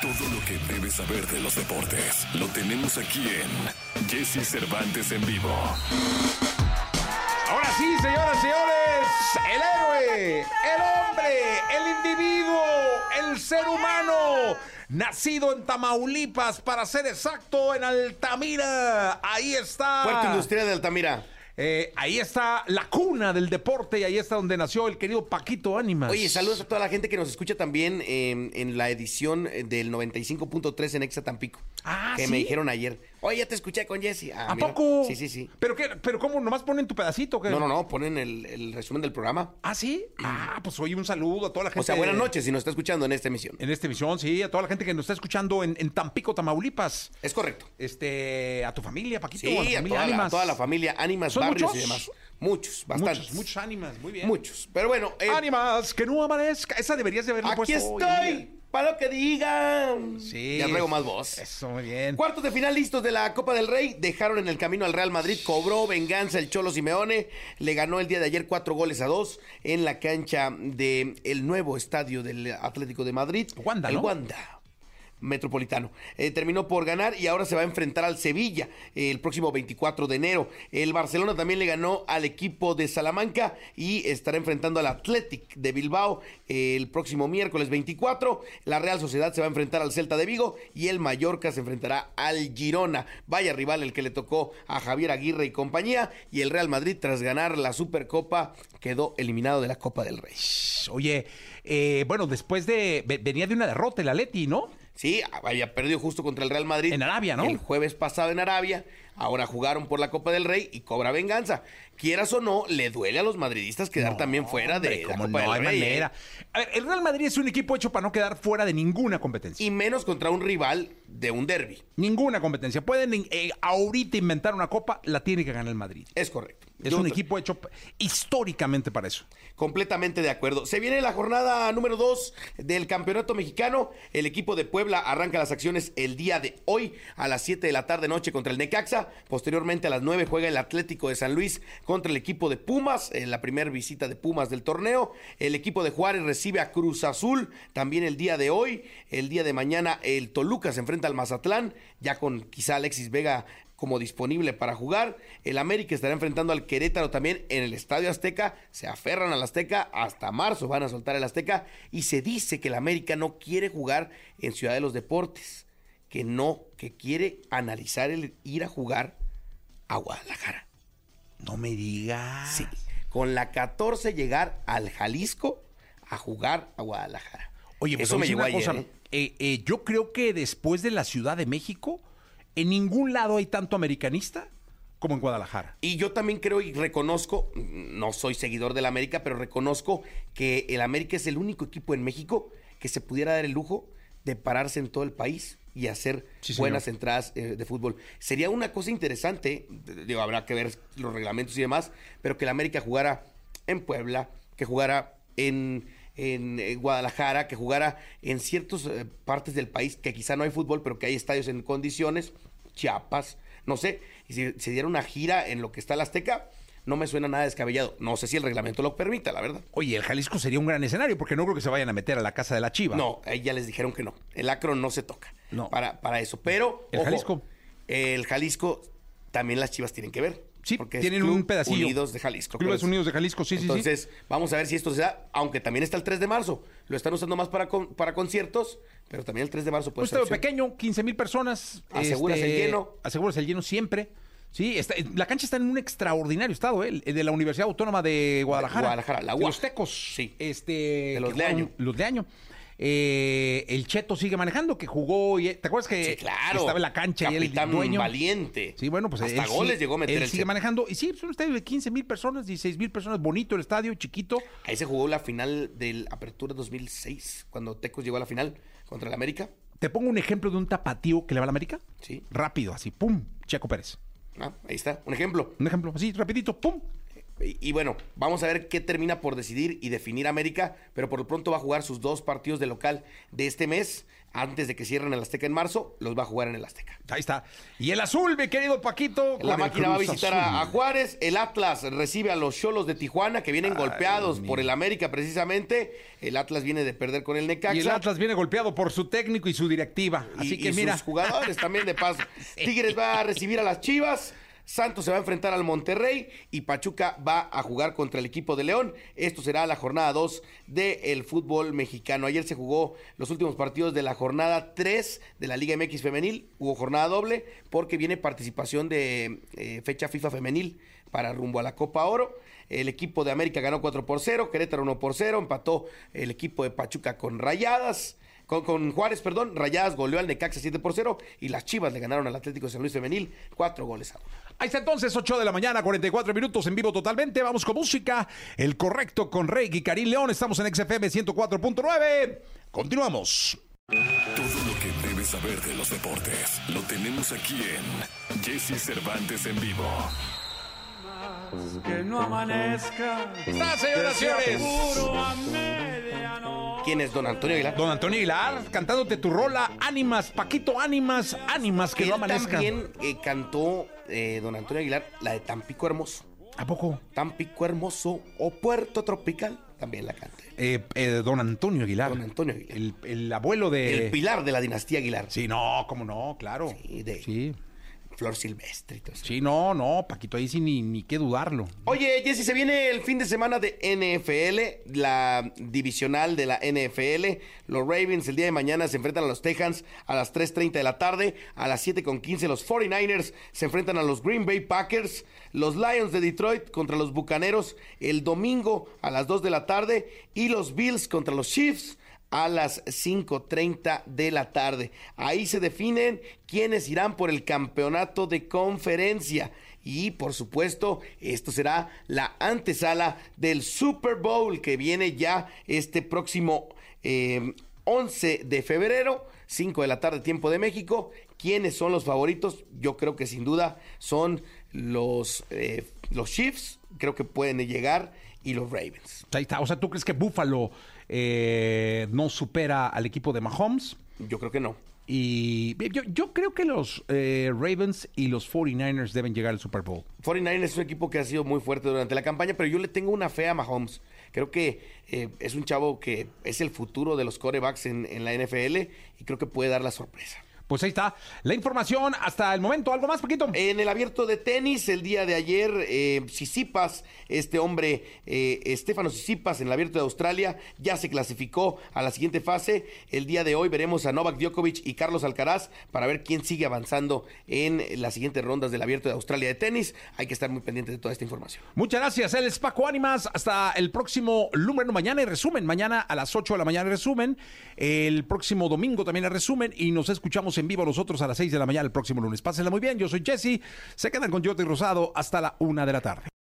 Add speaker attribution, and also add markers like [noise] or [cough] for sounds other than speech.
Speaker 1: Todo lo que debes saber de los deportes lo tenemos aquí en Jesse Cervantes en vivo.
Speaker 2: Ahora sí, señoras y señores, el héroe, el hombre, el individuo, el ser humano, nacido en Tamaulipas, para ser exacto, en Altamira. Ahí está.
Speaker 3: Puerto Industrial de Altamira.
Speaker 2: Eh, ahí está la cuna del deporte y ahí está donde nació el querido Paquito Ánimas.
Speaker 3: Oye, saludos a toda la gente que nos escucha también eh, en la edición eh, del 95.3 en Exa Tampico.
Speaker 2: Ah,
Speaker 3: Que
Speaker 2: ¿sí?
Speaker 3: me dijeron ayer. Oye, ya te escuché con Jesse. Ah,
Speaker 2: ¿A
Speaker 3: mira.
Speaker 2: poco?
Speaker 3: Sí, sí, sí.
Speaker 2: ¿Pero qué? ¿Pero cómo? ¿Nomás ponen tu pedacito? o qué?
Speaker 3: No, no, no, ponen el, el resumen del programa.
Speaker 2: ¿Ah, sí? Ah, pues oye, un saludo a toda la gente.
Speaker 3: O sea, buenas noches si nos está escuchando en esta emisión.
Speaker 2: En esta emisión, sí, a toda la gente que nos está escuchando en, en Tampico, Tamaulipas.
Speaker 3: Es correcto.
Speaker 2: Este, a tu familia, Paquito,
Speaker 3: Sí,
Speaker 2: a, la
Speaker 3: a,
Speaker 2: familia
Speaker 3: toda la,
Speaker 2: Ánimas.
Speaker 3: a toda la familia, ánimas,
Speaker 2: ¿Son
Speaker 3: barrios y
Speaker 2: muchos?
Speaker 3: demás. Muchos, bastantes.
Speaker 2: Muchos, muchos ánimas, muy bien.
Speaker 3: Muchos. Pero bueno, eh,
Speaker 2: Ánimas, que no amanezca. Esa deberías de haberla
Speaker 3: aquí
Speaker 2: puesto hoy en día.
Speaker 3: estoy. Para lo que digan.
Speaker 2: Sí.
Speaker 3: Ya traigo más voz.
Speaker 2: Eso, muy bien.
Speaker 3: Cuartos de final listos de la Copa del Rey. Dejaron en el camino al Real Madrid. Cobró venganza el Cholo Simeone. Le ganó el día de ayer cuatro goles a dos en la cancha del el nuevo estadio del Atlético de Madrid.
Speaker 2: Wanda,
Speaker 3: El
Speaker 2: ¿no?
Speaker 3: Wanda. Metropolitano. Eh, terminó por ganar y ahora se va a enfrentar al Sevilla eh, el próximo 24 de enero. El Barcelona también le ganó al equipo de Salamanca y estará enfrentando al Athletic de Bilbao eh, el próximo miércoles 24. La Real Sociedad se va a enfrentar al Celta de Vigo y el Mallorca se enfrentará al Girona. Vaya rival el que le tocó a Javier Aguirre y compañía. Y el Real Madrid, tras ganar la Supercopa, quedó eliminado de la Copa del Rey.
Speaker 2: Oye, eh, bueno, después de. ve- Venía de una derrota el Aleti, ¿no?
Speaker 3: Sí, había perdido justo contra el Real Madrid.
Speaker 2: En Arabia, ¿no?
Speaker 3: El jueves pasado en Arabia. Ahora jugaron por la Copa del Rey y cobra venganza. Quieras o no, le duele a los madridistas quedar también fuera Ah, de
Speaker 2: Hombre,
Speaker 3: la
Speaker 2: cómo
Speaker 3: Copa
Speaker 2: no
Speaker 3: del
Speaker 2: hay
Speaker 3: Rey. ¿eh?
Speaker 2: manera. A ver, el Real Madrid es un equipo hecho para no quedar fuera de ninguna competencia.
Speaker 3: Y menos contra un rival de un derby.
Speaker 2: Ninguna competencia. Pueden eh, ahorita inventar una copa, la tiene que ganar el Madrid.
Speaker 3: Es correcto.
Speaker 2: Es
Speaker 3: Yo
Speaker 2: un
Speaker 3: t-
Speaker 2: equipo hecho p- históricamente para eso.
Speaker 3: Completamente de acuerdo. Se viene la jornada número 2 del Campeonato Mexicano. El equipo de Puebla arranca las acciones el día de hoy a las 7 de la tarde noche contra el Necaxa. Posteriormente a las 9 juega el Atlético de San Luis contra el equipo de Pumas, en la primera visita de Pumas del torneo. El equipo de Juárez recibe a Cruz Azul también el día de hoy. El día de mañana el Toluca se enfrenta al Mazatlán, ya con quizá Alexis Vega como disponible para jugar. El América estará enfrentando al Querétaro también en el Estadio Azteca. Se aferran al Azteca. Hasta marzo van a soltar el Azteca. Y se dice que el América no quiere jugar en Ciudad de los Deportes. Que no, que quiere analizar el ir a jugar a Guadalajara.
Speaker 2: No me digas.
Speaker 3: Sí. Con la 14 llegar al Jalisco a jugar a Guadalajara.
Speaker 2: Oye, pues
Speaker 3: eso me
Speaker 2: vamos
Speaker 3: llegó
Speaker 2: a decir
Speaker 3: ayer.
Speaker 2: una
Speaker 3: ¿eh?
Speaker 2: cosa. Eh, eh, yo creo que después de la Ciudad de México, en ningún lado hay tanto americanista como en Guadalajara.
Speaker 3: Y yo también creo y reconozco, no soy seguidor del América, pero reconozco que el América es el único equipo en México que se pudiera dar el lujo de pararse en todo el país y hacer
Speaker 2: Sí, señor.
Speaker 3: buenas entradas eh, de fútbol. Sería una cosa interesante, d- digo, habrá que ver los reglamentos y demás, pero que el América jugara en Puebla, que jugara en, en, eh, Guadalajara, que jugara en ciertas partes del país que quizá no hay fútbol, pero que hay estadios en condiciones, Chiapas, no sé, y si se diera una gira en lo que está el Azteca, no me suena nada descabellado. No sé si el reglamento lo permita, la verdad.
Speaker 2: Oye, el Jalisco sería un gran escenario porque no creo que se vayan a meter a la casa de la Chiva.
Speaker 3: No, ahí ya les dijeron que no. El acro no se toca.
Speaker 2: No.
Speaker 3: Para, para eso. Pero.
Speaker 2: ¿El Jalisco?
Speaker 3: El Jalisco también las chivas tienen que ver.
Speaker 2: Sí,
Speaker 3: porque es
Speaker 2: tienen
Speaker 3: Club
Speaker 2: un pedacillo.
Speaker 3: Unidos de Jalisco. creo
Speaker 2: Clubes
Speaker 3: es.
Speaker 2: Unidos de Jalisco, sí, sí, sí.
Speaker 3: pues, Entonces, vamos a ver si esto se da, aunque también está el 3 de marzo. Lo están usando más para, con- para conciertos, pero también el 3 de marzo
Speaker 2: Un
Speaker 3: puede ser.
Speaker 2: estadio
Speaker 3: opción.
Speaker 2: Pues, pequeño, 15 mil personas. este,
Speaker 3: Aseguras el lleno.
Speaker 2: Aseguras el lleno siempre. Sí, está- la cancha está en un extraordinario estado, ¿eh? El De la Universidad Autónoma de Guadalajara.
Speaker 3: Guadalajara, la
Speaker 2: De
Speaker 3: UAG.
Speaker 2: Los Tecos.
Speaker 3: Sí.
Speaker 2: Este,
Speaker 3: De los
Speaker 2: que
Speaker 3: de
Speaker 2: jugaron-
Speaker 3: año.
Speaker 2: Los de año. Eh, el Cheto sigue manejando, que jugó. y- ¿Te acuerdas que
Speaker 3: Sí, claro.
Speaker 2: eh, estaba en la cancha y él el
Speaker 3: Capitán
Speaker 2: dueño?
Speaker 3: valiente.
Speaker 2: Sí, bueno, pues
Speaker 3: Hasta
Speaker 2: él sí-
Speaker 3: goles llegó a meter
Speaker 2: él
Speaker 3: el
Speaker 2: sigue
Speaker 3: Cheto.
Speaker 2: manejando. Y sí, es un estadio de 15 mil personas, 16 mil personas. Bonito el estadio, chiquito.
Speaker 3: Ahí se jugó la final del Apertura 2006, cuando Tecos llegó a la final contra el América.
Speaker 2: Te pongo un ejemplo de un tapatío que le va a la América.
Speaker 3: Sí.
Speaker 2: Rápido, así, pum, Checo Pérez.
Speaker 3: Ah, ahí está, un ejemplo.
Speaker 2: Un ejemplo, así, rapidito, pum.
Speaker 3: Y, y bueno, vamos a ver qué termina por decidir y definir América, pero por lo pronto va a jugar sus dos partidos de local de este mes antes de que cierren el Azteca en marzo, los va a jugar en el Azteca.
Speaker 2: Ahí está. Y el azul, mi querido Paquito. con
Speaker 3: La
Speaker 2: el
Speaker 3: máquina va a
Speaker 2: Cruz
Speaker 3: visitar a, a
Speaker 2: Azul.
Speaker 3: Juárez, el Atlas recibe a los Cholos de Tijuana que vienen golpeados por el América precisamente. El Atlas viene de perder con el Necaxa.
Speaker 2: Y el Atlas viene golpeado por su técnico y su directiva.
Speaker 3: Y-
Speaker 2: Así que
Speaker 3: y
Speaker 2: mira.
Speaker 3: sus jugadores también de
Speaker 2: [laughs]
Speaker 3: paso. Tigres va a recibir a las Chivas. Santos se va a enfrentar al Monterrey y Pachuca va a jugar contra el equipo de León. Esto será la jornada 2 del fútbol mexicano. Ayer se jugó los últimos partidos de la jornada 3 de la Liga MX femenil. Hubo jornada doble porque viene participación de eh, fecha FIFA femenil para rumbo a la Copa Oro. El equipo de América ganó 4 por 0, Querétaro 1 por 0, empató el equipo de Pachuca con Rayadas. Con, con Juárez, perdón, Rayadas goleó al Necaxa 7 por 0 y las Chivas le ganaron al Atlético de San Luis Femenil 4 goles a 1.
Speaker 2: Ahí está entonces, 8 de la mañana, 44 minutos en vivo totalmente. Vamos con música. El correcto con Rey y Karim León. Estamos en XFM 104.9. Continuamos.
Speaker 1: Todo lo que debes saber de los deportes lo tenemos aquí en Jesse Cervantes en vivo.
Speaker 4: Que no amanezca.
Speaker 2: Está, señoras y señores.
Speaker 4: Puro a medianoche.
Speaker 3: ¿Quién es don Antonio Aguilar?
Speaker 2: Don Antonio Aguilar, cantándote tu rola, ánimas, Paquito, ánimas, ánimas, que
Speaker 3: Él
Speaker 2: no amanezcan.
Speaker 3: también eh, cantó eh, don Antonio Aguilar la de Tampico Hermoso.
Speaker 2: ¿A poco?
Speaker 3: Tampico Hermoso o Puerto Tropical también la canta.
Speaker 2: Eh, eh, don Antonio Aguilar.
Speaker 3: Don Antonio Aguilar.
Speaker 2: El, el abuelo de.
Speaker 3: El pilar de la dinastía Aguilar.
Speaker 2: Eh. Sí, no, cómo no, claro.
Speaker 3: Sí, de-
Speaker 2: sí,
Speaker 3: Flor Silvestre y todo eso.
Speaker 2: sí, no, no, Paquito, ahí sí ni, ni qué dudarlo.
Speaker 3: Oye, Jesse, se viene el fin de semana de NFL, la divisional de la NFL. Los Ravens el día de mañana se enfrentan a los Texans a las 3.30 de la tarde. A las 7.15 los 49ers se enfrentan a los Green Bay Packers. Los Lions de Detroit contra los Bucaneros el domingo a las 2 de la tarde. Y los Bills contra los Chiefs a las 5.30 de la tarde. Ahí se definen quiénes irán por el campeonato de conferencia. Y por supuesto, esto será la antesala del Super Bowl que viene ya este próximo eh, 11 de febrero, 5 de la tarde, tiempo de México. ¿Quiénes son los favoritos? Yo creo que sin duda son los, eh, los Chiefs, creo que pueden llegar, y los Ravens.
Speaker 2: Ahí está. O sea, ¿tú crees que Buffalo eh, no supera al equipo de Mahomes?
Speaker 3: Yo creo que no.
Speaker 2: Y yo, yo creo que los eh, Ravens y los 49ers deben llegar al Super Bowl.
Speaker 3: 49 es un equipo que ha sido muy fuerte durante la campaña, pero yo le tengo una fe a Mahomes. Creo que eh, es un chavo que es el futuro de los corebacks en, en la NFL y creo que puede dar la sorpresa.
Speaker 2: Pues ahí está la información hasta el momento. ¿Algo más, Paquito?
Speaker 3: En el abierto de tenis, el día de ayer, eh, Sisipas, este hombre, eh, Estefano Sisipas, en el abierto de Australia, ya se clasificó a la siguiente fase. El día de hoy veremos a Novak Djokovic y Carlos Alcaraz para ver quién sigue avanzando en las siguientes rondas del abierto de Australia de tenis. Hay que estar muy pendiente de toda esta información.
Speaker 2: Muchas gracias, él es Paco Ánimas. Hasta el próximo lunes, no, mañana y resumen. Mañana a las 8 de la mañana hay resumen. El próximo domingo también hay resumen. Y nos escuchamos en vivo nosotros a las 6 de la mañana el próximo lunes. Pásenla muy bien, yo soy Jesse. Se quedan con Jota y Rosado hasta la 1 de la tarde.